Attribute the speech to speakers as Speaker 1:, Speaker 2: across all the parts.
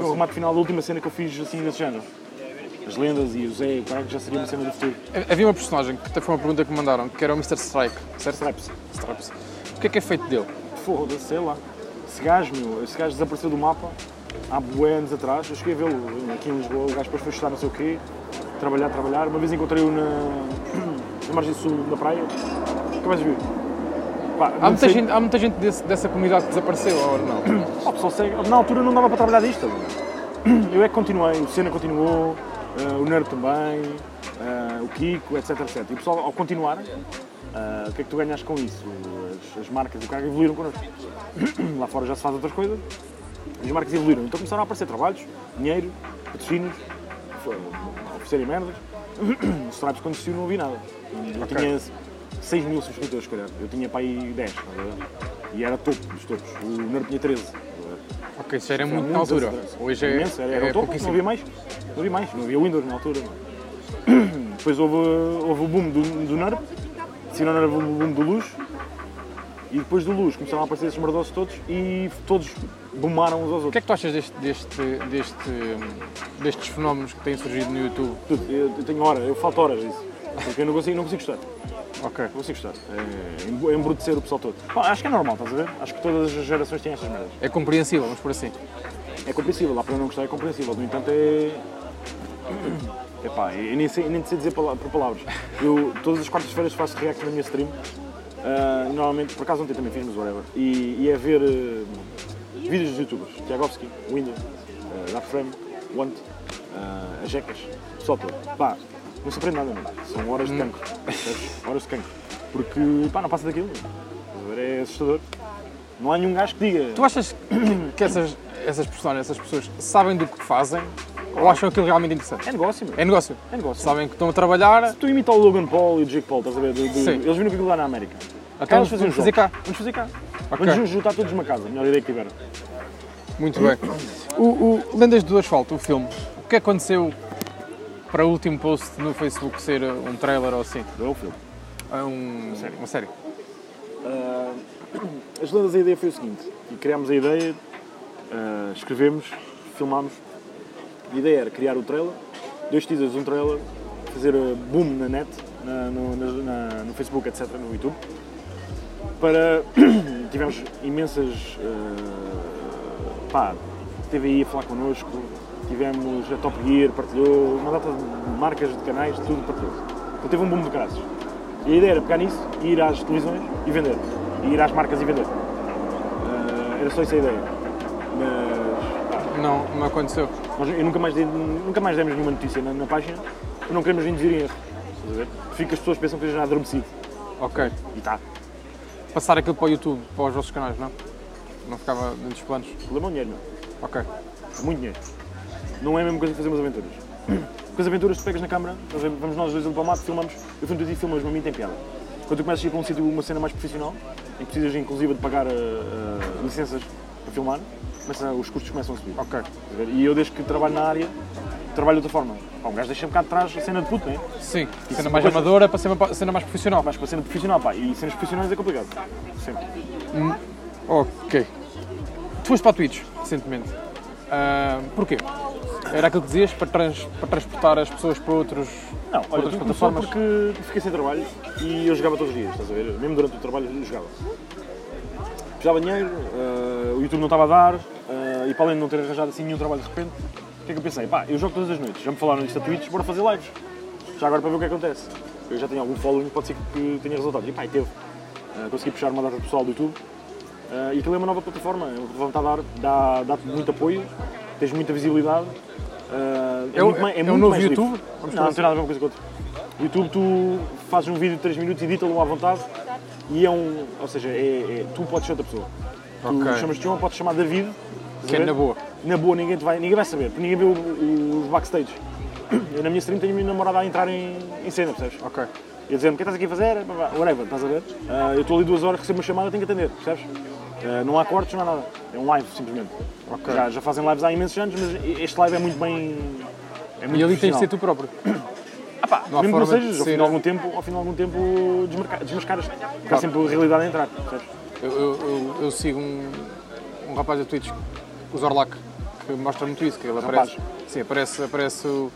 Speaker 1: O remate final da última cena que eu fiz assim desse género. As lendas e o Zé, o caralho já seria uma cena do futuro.
Speaker 2: Havia uma personagem que até foi uma pergunta que me mandaram, que era o Mr. Strike, certo?
Speaker 1: Stripes.
Speaker 2: Stripes. O que é que é feito dele?
Speaker 1: Foda-se, sei lá. Esse gajo, meu, esse gajo desapareceu do mapa há bué anos atrás. Eu cheguei a vê-lo aqui em Lisboa. O gajo depois foi estudar não sei o quê, trabalhar, trabalhar. Uma vez encontrei-o na, na margem sul da praia. Nunca mais o vi. Pá,
Speaker 2: Há
Speaker 1: não
Speaker 2: muita
Speaker 1: sei-
Speaker 2: gente, há muita gente desse- dessa comunidade que desapareceu, ou não?
Speaker 1: Oh, pessoal, segue. Na altura não dava para trabalhar disto. Eu é que continuei, o Senna continuou, eh, o Nerd também, eh, o Kiko, etc, etc. E o pessoal, ao continuar, eh, o que é que tu ganhas com isso? As, as marcas, o carro evoluíram connosco. Lá fora já se faz outras coisas, as marcas evoluíram. Então começaram a aparecer trabalhos, dinheiro, patrocínios, foi- oferecerem merdas. Os Stripes quando se não ouvi nada. Eu tinha 6 mil subscritores, se calhar. Eu tinha para aí 10, estás a ver? E era topo dos topos. O Nerd tinha 13. estás a ver?
Speaker 2: Ok, isso já era
Speaker 1: Era
Speaker 2: muito na altura.
Speaker 1: anos atrás.
Speaker 2: Hoje é,
Speaker 1: Imenso, era, era
Speaker 2: é
Speaker 1: o topo, não
Speaker 2: pouquíssimo.
Speaker 1: havia mais. Não havia mais, não havia Windows na altura. mano. Depois houve, houve o boom do, do NERP, se não era o boom do Luz, e depois do Luz começaram a aparecer esses merdosos todos e todos boomaram uns aos
Speaker 2: O que
Speaker 1: outros.
Speaker 2: é que tu achas deste, deste, deste, hum, destes fenómenos que têm surgido no YouTube?
Speaker 1: Tudo, eu, eu tenho hora, eu falto horas disso. Porque eu não consigo, não consigo gostar.
Speaker 2: Ok.
Speaker 1: Não consigo gostar. É, embu- embrutecer o pessoal todo. Pá, acho que é normal, estás a ver? Acho que todas as gerações têm estas merdas.
Speaker 2: É compreensível, vamos por assim.
Speaker 1: É compreensível, lá para eu não gostar é compreensível. No entanto, é. Epá, eu nem sei, nem sei dizer pala- por palavras. Eu todas as quartas-feiras faço react na minha stream. Ah, normalmente, por acaso ontem também fiz, mas whatever. E, e é ver ah, vídeos dos youtubers. Tiagovski, Window, uh, Darkframe, Want, ah, as Jecas, o pessoal todo. Pá, não se aprende nada, mano. São horas de cancro.
Speaker 2: Hum.
Speaker 1: percebes? horas de cancro. Porque, pá, não passa daquilo. Estás a ver? É assustador. Não há nenhum gajo que diga.
Speaker 2: Tu é- achas que essas, essas personagens, essas pessoas sabem do que fazem ou acham aquilo realmente interessante?
Speaker 1: É negócio, meu.
Speaker 2: É negócio.
Speaker 1: É negócio.
Speaker 2: Sabem que estão a trabalhar,
Speaker 1: Tu imita o Logan Paul e o Jake Paul, estás a ver? Do- do-
Speaker 2: Sim.
Speaker 1: Eles viram aquilo lá na América.
Speaker 2: Então,
Speaker 1: eles
Speaker 2: vamos
Speaker 1: um
Speaker 2: fazer
Speaker 1: jogo.
Speaker 2: cá.
Speaker 1: Vamos fazer cá.
Speaker 2: Ok.
Speaker 1: Vamos juntar todos uma casa, a melhor ideia que tiveram.
Speaker 2: Muito bem. O, o Lendas do Asfalto, o filme, o que aconteceu para o último post no Facebook ser um trailer ou assim?
Speaker 1: Não é o filme.
Speaker 2: É um-
Speaker 1: série.
Speaker 2: uma série.
Speaker 1: Ah, as lendas da ideia foi o seguinte, e criámos a ideia, ah, escrevemos, filmámos. A ideia era criar o trailer, dois teasers, um trailer, fazer ah, boom na net, na- no, nas- na- no Facebook, etc, no YouTube. Para tivemos imensas eh, ah, pá, TVI a falar connosco, tivemos a Top Gear, partilhou, uma data de marcas de canais, tudo partilhou. Então teve um boom de graças. E a ideia era pegar nisso, e ir às televisões e vender. E ir às marcas e vender. Ah, era só isso a ideia. Mas
Speaker 2: Não, não aconteceu.
Speaker 1: pá, nós, eu nunca, mais dei- nunca mais demos nenhuma notícia na, na página, porque não queremos induzir em erro. Estás a ver? Fico que as pessoas pensam que eu já adormecido.
Speaker 2: Ok.
Speaker 1: E tá,
Speaker 2: Passar aquilo para o YouTube, para os vossos canais, não? Não ficava dentro dos planos?
Speaker 1: leva é dinheiro, meu.
Speaker 2: Ok.
Speaker 1: muito dinheiro. Não é a mesma coisa que fazer umas aventuras. Porque as aventuras, tu pegas na câmara, nós vamos- vamos nós dois ali para o mato, filmamos, eu fui um dia e filmas, mas a mim tem piada. Quando tu começas a ir para um sítio, uma cena mais profissional, em que precisas inclusive de pagar ah, ah, licenças para filmar, começa- os custos começam a subir.
Speaker 2: Ok.
Speaker 1: Estás a ver? E eu, desde que trabalho na área, trabalho de outra forma. Pá, um gajo deixa um bocado atrás a cena de puto, não é?
Speaker 2: Sim,
Speaker 1: é
Speaker 2: cena
Speaker 1: uma
Speaker 2: mais
Speaker 1: coisa-
Speaker 2: amadora para ser uma pa- cena mais profissional.
Speaker 1: Mas para a cena profissional, pá, e cenas profissionais é complicado. Sempre.
Speaker 2: Ok. Tu foste para a Twitch recentemente. Ah, porquê? Era aquilo que dizias para, trans- para transportar as pessoas para outros.
Speaker 1: Não,
Speaker 2: para
Speaker 1: olha, tudo começou porque fiquei sem trabalho e eu jogava todos os dias, estás a ver? Mesmo durante o trabalho eu jogava. Precisava de dinheiro, eh, o YouTube não estava a dar eh, e para além de não ter arranjado assim nenhum trabalho de repente, o que é que eu pensei? Pá, eu jogo todas as noites, já me falaram isto a Twitch, bora fazer lives. Já agora para ver o que acontece. Eu já tenho algum following, pode ser que tenha resultado. E pá, e teve. Eh, consegui puxar uma data de pessoal do YouTube eh, e aquilo é uma nova plataforma, é uma plataforma que está a dar, dá- dá-te muito apoio, tens muita visibilidade. eh,
Speaker 2: É o-
Speaker 1: muito ma-
Speaker 2: é o
Speaker 1: muito
Speaker 2: novo
Speaker 1: mais livre.
Speaker 2: YouTube? Vamos
Speaker 1: Não, não tem nada a ver uma coisa com outra. YouTube, tu fazes um vídeo de 3 minutos, edita-lo à vontade e é um. Ou seja, é, é- tu podes ser outra pessoa.
Speaker 2: Ok.
Speaker 1: Tu chamas-te João, podes chamar David. estás a
Speaker 2: Que é
Speaker 1: ver?
Speaker 2: na boa.
Speaker 1: Na boa, ninguém, te vai, ninguém vai saber, porque ninguém vê o- os backstage. Eu na minha stream tenho a minha namorada a entrar em, em cena, percebes?
Speaker 2: Ok.
Speaker 1: E a dizer-me o que é que estás aqui a fazer, Blá, blá, whatever, estás a ver? Ah, eu estou ali duas horas, recebo uma chamada, tenho que atender, percebes? Ah, não há cortes, não há nada. É um live, simplesmente.
Speaker 2: Ok.
Speaker 1: Já, já fazem lives há imensos anos, mas este live é muito bem. É muito
Speaker 2: E ali
Speaker 1: profissional.
Speaker 2: tens de ser tu próprio.
Speaker 1: Ah pá,
Speaker 2: Não há
Speaker 1: mesmo que não
Speaker 2: forma de
Speaker 1: sejas, ao fim,
Speaker 2: ser-
Speaker 1: de algum tempo, ao fim de algum tempo desmarca- desmascaras-te. Porque Há
Speaker 2: Claro.
Speaker 1: sempre a realidade a entrar, percebes?
Speaker 2: Eu, eu- eu- eu sigo um, um rapaz da Twitch, o Zorlac, que que mostra muito isso, que ele
Speaker 1: Rapaz.
Speaker 2: aparece. Sim, aparece, aparece o,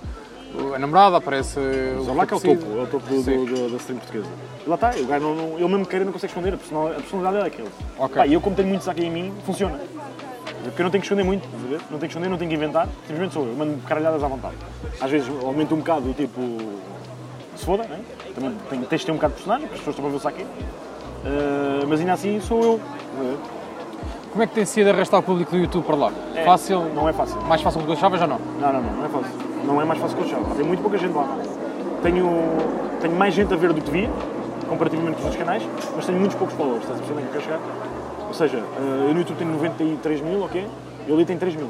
Speaker 2: o- a namorada, aparece. O
Speaker 1: Só lá que é o
Speaker 2: possível.
Speaker 1: topo, é o topo do,
Speaker 2: Sim.
Speaker 1: do, do- da stream portuguesa. E lá está, o gajo não, não, ele mesmo querendo não consegue esconder, a personal- a personalidade dele é aquele.
Speaker 2: Ok.
Speaker 1: Pá, e eu como tenho muito saco em mim, funciona. É Porque eu não tenho que esconder muito, estás a ver? Não tenho que esconder, não tenho que inventar, simplesmente sou eu, mando caralhadas à vontade. Às vezes aumento um bocado do tipo. se foda, né? Também tenho, tens de ter um bocado de personagem, porque as pessoas estão a ver o saque. Ah, mas ainda assim sou eu. estás a ver?
Speaker 2: Como é que tem sido arrastar o público do YouTube para lá?
Speaker 1: É,
Speaker 2: Fácil?
Speaker 1: Não é fácil.
Speaker 2: Mais fácil do que eu achava já não?
Speaker 1: Não, não, não, não é fácil. Não é mais fácil que o Chave. Tem muito pouca gente lá. Tenho, tenho mais gente a ver do que devia, comparativamente com os outros canais, mas tenho muitos poucos followers, estás a perceber onde é que eu quero chegar? Ou seja, eh, eu no YouTube tenho 93 mil, ok? Eu ali tenho 3 mil.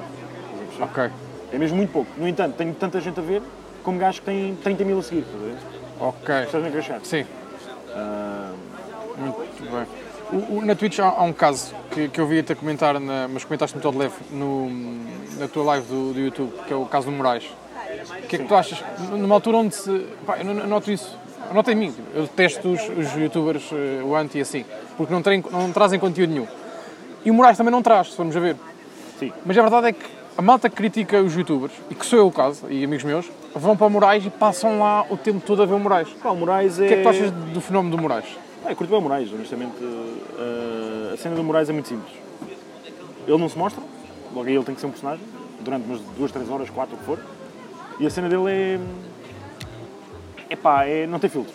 Speaker 2: Ok.
Speaker 1: É mesmo muito pouco. No entanto, tenho tanta gente a ver como gajos que têm 30 mil a seguir, estás a ver?
Speaker 2: Ok.
Speaker 1: Percebes onde é que eu quero chegar?
Speaker 2: Sim. Ah, Muito bem. O- o- na Twitch há, há um caso que, que eu vi até comentar, na- mas comentaste muito ao de leve no, na tua live do, do YouTube, que é o caso do Moraes. O que é que tu achas? Numa altura onde se. Pá, eu não- eu noto isso. Eu noto em mim. Eu detesto os, os youtubers, eh, o anti e assim, porque não, terem- não trazem conteúdo nenhum. E o Moraes também não traz, se formos a ver.
Speaker 1: Sim.
Speaker 2: Mas a verdade é que a malta que critica os youtubers, e que sou eu o caso, e amigos meus, vão para o Moraes e passam lá o tempo todo a ver o Moraes. O
Speaker 1: Pá, o Moraes é...
Speaker 2: que é que tu achas do fenómeno do Moraes?
Speaker 1: Ah, eu curto bem o Moraes, honestamente. eh, a cena do Moraes é muito simples. Ele não se mostra, logo aí ele tem que ser um personagem, durante umas duas, três horas, quatro, o que for. E a cena dele é. É pá, é, não tem filtros.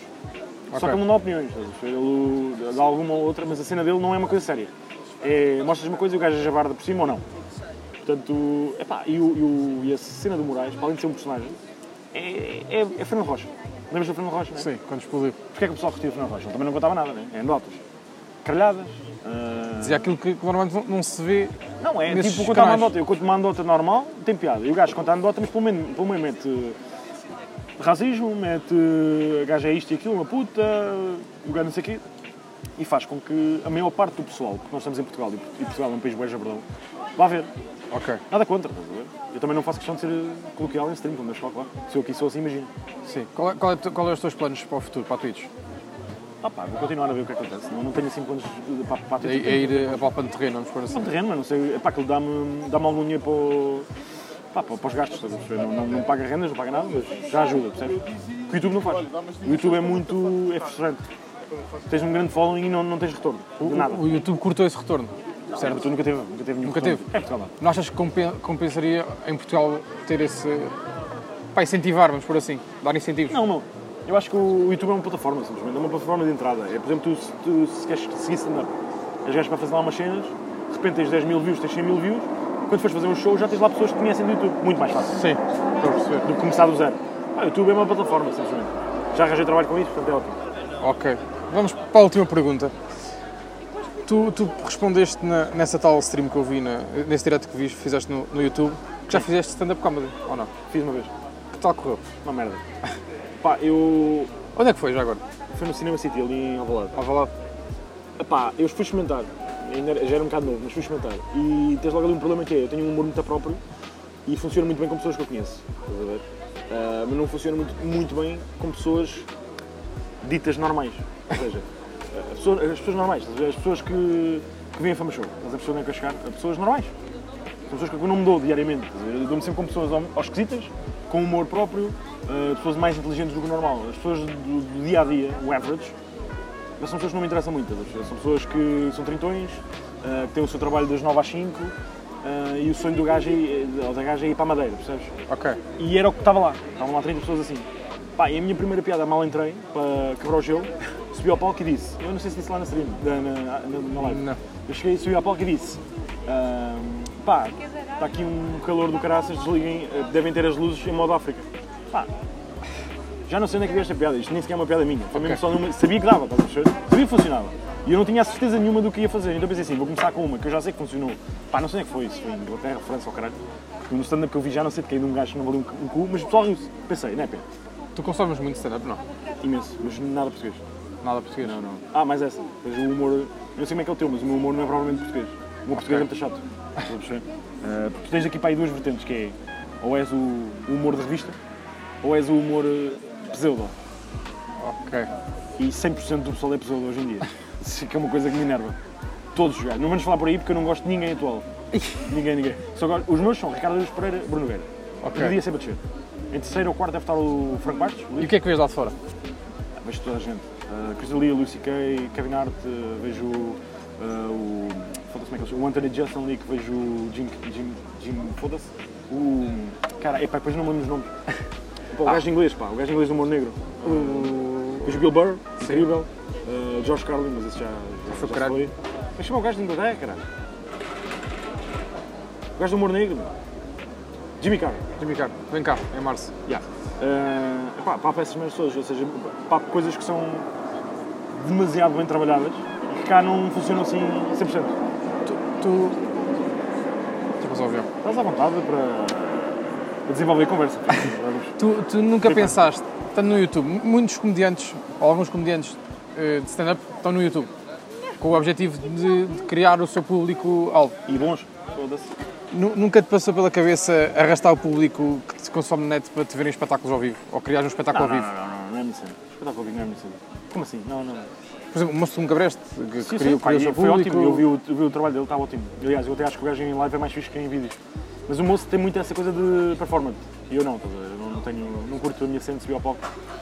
Speaker 1: Só
Speaker 2: Ok.
Speaker 1: que ele não dá opiniões, estás a perceber? ele dá alguma ou outra, mas a cena dele não é uma coisa séria. É, mostras uma coisa e o gajo jabarda por cima ou não. Portanto, é pá, e, o- e o- e a cena do Moraes, para além de ser um personagem, é, é, é Fernando Rocha. Lembras do Fernando Rocha, não é?
Speaker 2: Sim, quando explodiu.
Speaker 1: Porquê é que o pessoal curtia o Fernando Rocha? Ele também não contava nada, né? É anedotas. Caralhadas. ah,
Speaker 2: Dizia aquilo que, que normalmente não, não se vê.
Speaker 1: Não, é
Speaker 2: nesses
Speaker 1: tipo contar uma
Speaker 2: canais.
Speaker 1: anedota. Eu conto uma anedota normal, tem piada. E o gajo conta a anedota, mas pelo menos, pelo menos mete racismo, mete o gajo é isto e aquilo, uma puta, o gajo não sei o quê. E faz com que a maior parte do pessoal, porque nós estamos em Portugal e Portugal é um país bem jabardão, vá ver.
Speaker 2: Ok,
Speaker 1: Nada contra, estás a ver? Eu também não faço questão de ser eh, coloquial em stream, como na escola, claro. Se eu aqui sou assim, imagino.
Speaker 2: sim. Qual é, qual, é, tu- qual é os teus planos para o futuro, para a Twitch?
Speaker 1: Ah pá, vou continuar a ver o que acontece. Não, não tenho assim planos de- para, para a
Speaker 2: É,
Speaker 1: Twitch.
Speaker 2: é ir a palpa de terreno, vamos pôr
Speaker 1: Só
Speaker 2: assim.
Speaker 1: de renda, não sei, pá, aquilo dá-me dá algum dinheiro para, o- pá, para, para os gastos, estás a perceber? Não, não, não paga rendas, não paga nada, mas já ajuda, percebes? Que o YouTube não faz. O YouTube é muito. é frustrante. Tens um grande following e não, não tens retorno, de nada.
Speaker 2: O YouTube cortou esse retorno,
Speaker 1: Certo,
Speaker 2: certo?
Speaker 1: tu nunca teve, nunca teve nenhum
Speaker 2: Nunca
Speaker 1: retorno.
Speaker 2: teve.
Speaker 1: É, Portugal
Speaker 2: Não achas que compen- compensaria em Portugal ter esse. para incentivar, vamos pôr assim, dar incentivos?
Speaker 1: não. Não, não. Eu acho que o YouTube é uma plataforma, simplesmente, é uma plataforma de entrada. É, por exemplo, tu, se- tu se queres seguir stand-up, as gajas para fazer lá umas cenas, de repente tens 10 mil views, tens 100 mil views, quando fores fazer um show já tens lá pessoas que te conhecem do YouTube. Muito mais fácil.
Speaker 2: Sim, estou a perceber.
Speaker 1: do que começar do zero. Ah, o YouTube é uma plataforma, simplesmente. Já arranjei trabalho com isso, portanto é ótimo.
Speaker 2: Ok, vamos para a última pergunta. Tu, tu respondeste na- nessa tal stream que eu vi, na- nesse direto que vi, fizeste no, no YouTube, que já fizeste stand-up comedy, ou não?
Speaker 1: Fiz uma vez.
Speaker 2: Que tal correu?
Speaker 1: Uma merda. Pá, eu.
Speaker 2: Onde é que foi já agora?
Speaker 1: Foi no Cinema City, ali em Alvalade.
Speaker 2: Estava Ah, lá.
Speaker 1: Pá, eu fui experimentar. Ainda era- já era um bocado novo, mas fui experimentar. E tens logo ali um problema que é: eu tenho um humor muito próprio e funciona muito bem com pessoas que eu conheço. Estás a ver? Ah, mas não funciona muito, muito bem com pessoas ditas normais. Ou seja, a pessoa- as pessoas normais, estás a ver? as pessoas que, que vêm a fama show. Estás a pessoa onde é que eu chegar? A pessoas normais. São pessoas que eu não me dou diariamente. estás a ver? Eu dou-me sempre com pessoas ao- aos esquisitas, com humor próprio, ah, pessoas mais inteligentes do que o normal. As pessoas do, do dia a dia, o average, mas são pessoas que não me interessam muito. estás a perceber? São pessoas que são trintões, ah, que têm o seu trabalho das 9 às 5 ah, e o sonho do gajo é, ir- ou da gaja é ir para a Madeira, percebes?
Speaker 2: Ok.
Speaker 1: E era o que estava lá. Estavam lá 30 pessoas assim. Pá, e a minha primeira piada, mal entrei, para quebrar o gelo, subi ao palco e disse, eu não sei se disse lá na stream, na, na- na- na live,
Speaker 2: Não.
Speaker 1: eu cheguei, subi ao palco e disse, "Ah, pá, está aqui um calor do caraças, desliguem, eh, devem ter as luzes em modo África. Pá, já não sei onde é que veio esta piada, isto nem sequer é uma piada minha, foi mesmo só numa- sabia que dava, estás a perceber? Sabia que funcionava. E eu não tinha a certeza nenhuma do que ia fazer, então pensei assim, vou começar com uma que eu já sei que funcionou. Pá, não sei onde é que foi isso, foi em Inglaterra, França ou caralho. Porque no stand-up que eu vi já não sei de quem, de um gajo que não valia um cu- um cu, mas o pessoal riu-se. Pensei, não é pena,
Speaker 2: Tu consomes muito stand-up, não?
Speaker 1: imenso, mas nada português.
Speaker 2: Nada português? Não, não.
Speaker 1: Ah, mais essa. Mas o humor. Eu não sei como é que é o teu, mas o meu humor não é provavelmente português. O meu português é muito chato. Estás a perceber? Eh, porque tu tens aqui para aí duas vertentes, que é ou és o, o humor de revista, ou és o humor eh, pseudo.
Speaker 2: Ok.
Speaker 1: E 100% do pessoal é pseudo hoje em dia. Isso que é uma coisa que me enerva. Todos os gajos. Não vamos falar por aí porque eu não gosto de ninguém atual. ninguém, ninguém. Só agora, os meus são Ricardo Araújo Pereira, Bruno Guerra.
Speaker 2: Ok.
Speaker 1: Podia sempre a descer. Em terceiro ou quarto deve estar o Franco Bastos, o
Speaker 2: E
Speaker 1: Luís.
Speaker 2: o que é que vês lá de fora?
Speaker 1: Vejo toda a gente. Uh, Crisalia, Luís C.K., Kevin Hart, uh, vejo uh, o. Foda-se como é que ele se chama? O Anthony Jason Leak, vejo o Jim. Jim. Jim. Foda-se. O. Cara, epá, depois não me lembro os nomes. Pá, o gajo inglês, pá, o gajo inglês do humor negro. O... Vejo o Bill Burr, incrível. Uh, George Carlin, mas esse já. já
Speaker 2: foi
Speaker 1: já
Speaker 2: caralho.
Speaker 1: falei. Mas chama o gajo de Inglaterra, caralho. O gajo do humor negro, meu. Jimmy Carr.
Speaker 2: Jimmy Carr, vem cá, em março.
Speaker 1: Yeah. Uh, pá, para essas mesmas pessoas, ou seja, pá, coisas que são demasiado bem trabalhadas e que cá não funcionam assim 100%.
Speaker 2: Tu. Tu passou o avião.
Speaker 1: Estás à vontade para, para desenvolver a conversa. Vamos.
Speaker 2: Tu, tu nunca
Speaker 1: Sim, pá.
Speaker 2: pensaste, tanto no YouTube, muitos comediantes, ou alguns comediantes eh, de stand-up estão no YouTube, com o objetivo de, de criar o seu público-alvo.
Speaker 1: e bons, foda-se.
Speaker 2: Nu- Nunca te passou pela cabeça arrastar o público que te consome na net para te verem espetáculos ao vivo, ou criar um espetáculo
Speaker 1: Não,
Speaker 2: ao
Speaker 1: não,
Speaker 2: vivo?
Speaker 1: não, não, não, não é muito sério. Espetáculo ao vivo não é muito sério. Como assim? Não, não.
Speaker 2: Por exemplo, o Moço de Cabreste, que
Speaker 1: Sim,
Speaker 2: criou,
Speaker 1: sim, pá,
Speaker 2: criou o
Speaker 1: e
Speaker 2: seu
Speaker 1: foi
Speaker 2: público.
Speaker 1: ótimo. Eu vi, o, eu vi o trabalho dele, estava ótimo. Aliás, eu até acho que o gajo em live é mais fixe que em vídeos. Mas o moço tem muito essa coisa de performance. E eu não, estás a ver? Eu não, não tenho, não curto a minha cena de subir ao palco.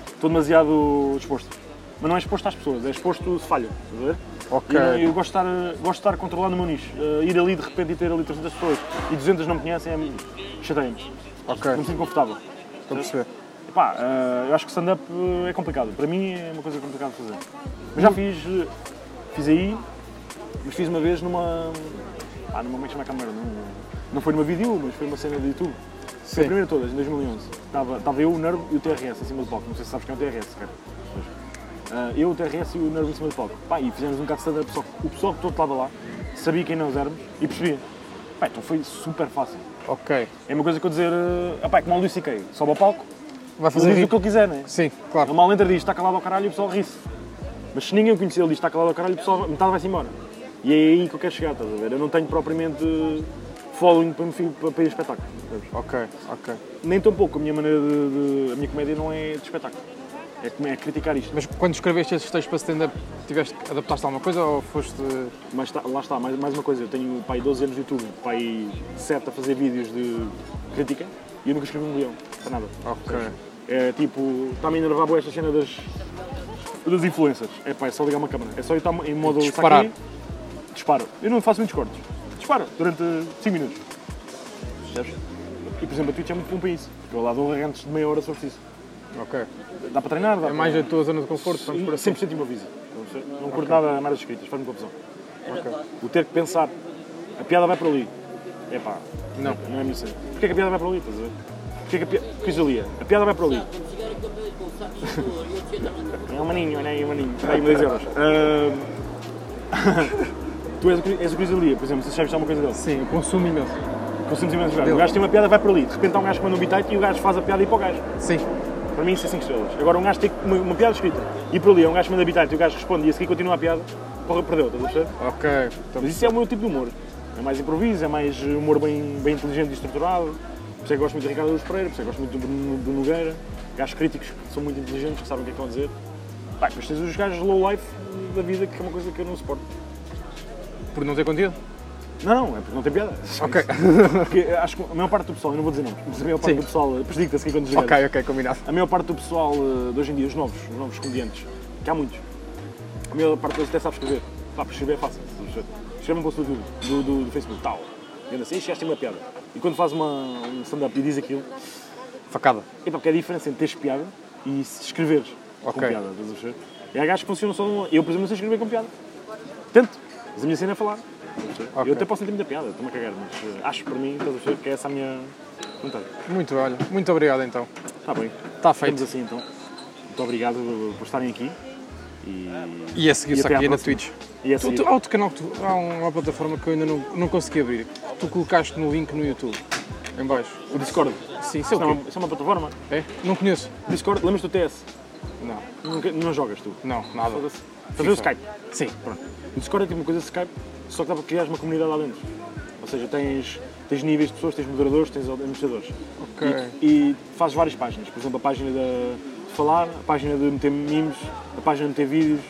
Speaker 1: Estou demasiado exposto. Mas não é exposto às pessoas, é exposto se falha, estás a ver?
Speaker 2: Ok.
Speaker 1: E eu, eu gosto, de estar, eh, gosto de estar controlado no meu nicho. Eh, ir ali de repente e ter ali 300 pessoas e 200 não me conhecem, é chateia-me.
Speaker 2: Ok,
Speaker 1: Não me sinto confortável.
Speaker 2: estou a perceber.
Speaker 1: Pá, eh, eu acho que stand-up eh, é complicado. Para mim é uma coisa complicada de fazer. Mas já fiz, eh, fiz aí, mas fiz uma vez numa. Ah, numa. Como é que chama a câmara? Num- não foi numa vídeo, mas foi uma cena de YouTube. Foi a
Speaker 2: Sim.
Speaker 1: primeira de todas, em 2011. Estava, estava eu, o Nerd e o TRS em cima do palco. Não sei se sabes quem é o TRS, cara. Mas, ah, eu, o TRS e o Nerd em cima do palco. Pá, e fizemos um bocado de stand-up. Só que o pessoal que todo estava lá sabia quem nós éramos e percebia. Pá, então foi super fácil.
Speaker 2: Ok.
Speaker 1: É uma coisa que eu dizer. ah pá, é como o Luís Siquei. Sobe ao palco,
Speaker 2: Vai
Speaker 1: fazer
Speaker 2: fazer
Speaker 1: diz o
Speaker 2: rir?
Speaker 1: que ele quiser, né?
Speaker 2: Sim,
Speaker 1: Ele
Speaker 2: claro.
Speaker 1: mal entra diz está calado ao caralho e o pessoal ri-se. Mas se ninguém o conhecer, ele diz está calado ao caralho e o pessoal, metade vai-se embora. E é aí que eu quero chegar, estás a ver? Eu não tenho propriamente following para, me, fi- para, para ir a espetáculo. percebes?
Speaker 2: Ok, ok.
Speaker 1: Nem tão pouco, a minha maneira de, de- A minha comédia não é de espetáculo. É, com- é criticar isto.
Speaker 2: Mas quando escreveste esses textos para stand-up, tiveste que adaptaste a alguma coisa ou foste.
Speaker 1: Mas tá- lá está, mais, mais uma coisa, eu tenho pai 12 anos de YouTube, pai 7 a fazer vídeos de crítica e eu nunca escrevi um guião, para nada.
Speaker 2: Ok.
Speaker 1: É tipo, está-me a enervar bué esta cena das, das influências. É pá, é só ligar uma câmera. É só eu estar em modo saque.
Speaker 2: Disparar.
Speaker 1: Disparo. Eu não faço muitos cortes. Disparo durante 5 minutos. Percebes? E por exemplo, a Twitch é muito bom para isso. porque Eu lá dou arranques de meia hora sobre isso.
Speaker 2: Ok.
Speaker 1: Dá para treinar, dá
Speaker 2: É mais
Speaker 1: para...
Speaker 2: a tua zona de conforto, vamos por assim.
Speaker 1: 100% improvisa. Não curto nada mais escritas, faz-me confusão. O ter que pensar, a piada vai para ali. É pá,
Speaker 2: Não.
Speaker 1: não é a minha cena. Porquê que a piada vai para ali? Estás a ver? Porquê que a piada. Crisalia, a piada vai para ali. É um maninho, não é? É um maninho. Dá aí 10 euros. Ahm, tu és o, Cris- és o Crisalia, por exemplo, se sabes alguma coisa dele.
Speaker 2: Sim, eu consumo imenso.
Speaker 1: Consumimos imenso gajo. O gajo tem uma piada, vai para ali. De repente há um gajo que manda um bitite e o gajo faz a piada e ir para o gajo.
Speaker 2: Sim.
Speaker 1: Para mim isso é 5 estrelas. Agora um gajo tem uma, uma piada escrita e por ali é um gajo que manda habitar e o gajo responde e a seguir continua a piada, porra, perdeu, estás a perceber?
Speaker 2: Ok.
Speaker 1: Mas isso é o meu tipo de humor. É mais improviso, é mais humor bem, bem inteligente e estruturado. Por isso é que gosto muito de Ricardo Luz Pereira, por isso é que gosto muito do Bruno do Nogueira. Gajos críticos que são muito inteligentes, que sabem o que é que estão a dizer. Pá, depois tens os gajos low life da vida, que é uma coisa que eu não suporto.
Speaker 2: Por não ter conteúdo?
Speaker 1: Não, não, é porque não tem piada.
Speaker 2: Ok.
Speaker 1: Porque acho que a maior parte do pessoal, eu não vou dizer nomes, mas a maior parte
Speaker 2: Sim.
Speaker 1: do pessoal eh, prejudica-se aqui é quando os gajos.
Speaker 2: Ok, ok, combinado.
Speaker 1: A maior parte do pessoal eh, de hoje em dia, os novos, os novos comediantes, que há muitos, a maior parte deles até sabe escrever. Pá, para escrever é fácil. Escreve um post do, do, do, do Facebook, tal. E anda assim, isto já tem uma piada. E quando faz uma, um stand-up e diz aquilo,
Speaker 2: Facada.
Speaker 1: é porque é a diferença entre teres piada e se escreveres com
Speaker 2: Ok.
Speaker 1: piada. Estás a perceber? E há gajos que funcionam só numa. Eu, por exemplo, não sei escrever com piada. Tanto. Mas a minha cena é falar. Estás a perceber?
Speaker 2: Ok.
Speaker 1: Eu até posso não ter muita piada, estou-me a cagar, mas eh, acho para mim, estás a perceber, que é essa a minha vontade.
Speaker 2: Muito, olha. Muito obrigado então.
Speaker 1: Está Tá bem.
Speaker 2: Está Tá
Speaker 1: Estamos
Speaker 2: feito.
Speaker 1: assim então. Muito obrigado por estarem aqui. E,
Speaker 2: E a
Speaker 1: E
Speaker 2: seguir-se
Speaker 1: até à
Speaker 2: aqui na
Speaker 1: próxima.
Speaker 2: Twitch.
Speaker 1: e é assim. a
Speaker 2: Tu,
Speaker 1: seguir,
Speaker 2: tu- há outro canal que tu, há uma plataforma que eu ainda não, não consegui abrir. Tu colocaste no link no YouTube. Em baixo.
Speaker 1: Oh, o Discord.
Speaker 2: Sim, isso é
Speaker 1: Isso é,
Speaker 2: o quê?
Speaker 1: uma, isso é uma plataforma.
Speaker 2: É? Não conheço.
Speaker 1: Discord, lembras do TS?
Speaker 2: Não.
Speaker 1: Nunca- não jogas tu.
Speaker 2: Não, nada.
Speaker 1: Fazer o Skype.
Speaker 2: Sim.
Speaker 1: Pronto. O Discord é tipo uma coisa de Skype, só que dá para criar uma comunidade lá dentro. Ou seja, tens, tens níveis de pessoas, tens moderadores, tens administradores.
Speaker 2: Ok.
Speaker 1: E, e fazes várias páginas. Por exemplo, a página da- de falar, a página de meter memes, a página de meter vídeos,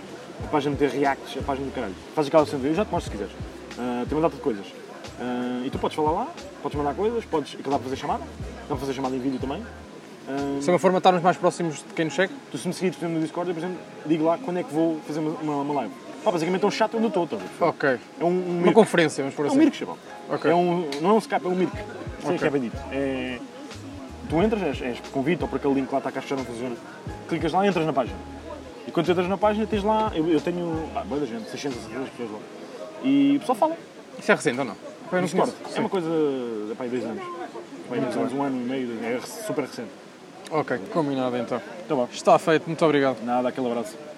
Speaker 1: a página de meter reacts, a página do caralho. Fazes aquela cena, eu já te mostro se quiseres. Ah, tem uma data de coisas. Ah, e tu podes falar lá, podes mandar coisas, podes, é que dá para fazer chamada, dá para fazer chamada em vídeo também. Ah,
Speaker 2: Isso é uma forma de estarmos mais próximos de quem nos segue.
Speaker 1: tu se me seguires, por exemplo, no Discord, eu, por exemplo, digo lá quando é que vou fazer uma, uma- uma live. Pá, basicamente é um chat onde eu estou, estás a ver?
Speaker 2: Ok.
Speaker 1: É um, um
Speaker 2: Uma
Speaker 1: mirco.
Speaker 2: conferência, vamos por
Speaker 1: É um
Speaker 2: assim.
Speaker 1: mirco, chaval.
Speaker 2: Ok.
Speaker 1: É um, não é um Skype, é um mirco. Sei
Speaker 2: Ok.
Speaker 1: que é bendito. É, tu entras, és, és por convite ou por aquele link lá está a caixa não funciona. Clicas lá e entras na página. E quando tu entras na página, tens lá... Eu, eu tenho... Ah, boa da gente, 600, 700 pessoas lá. E o pessoal fala.
Speaker 2: Isso é recente ou não? Eu não
Speaker 1: Discord.
Speaker 2: conheço.
Speaker 1: É uma coisa de pá, aí dois anos. Pá, aí dois anos, um ano e meio, dois- é super recente.
Speaker 2: Ok, combinado então.
Speaker 1: Tá bom.
Speaker 2: Está feito, muito obrigado.
Speaker 1: Nada, aquele abraço.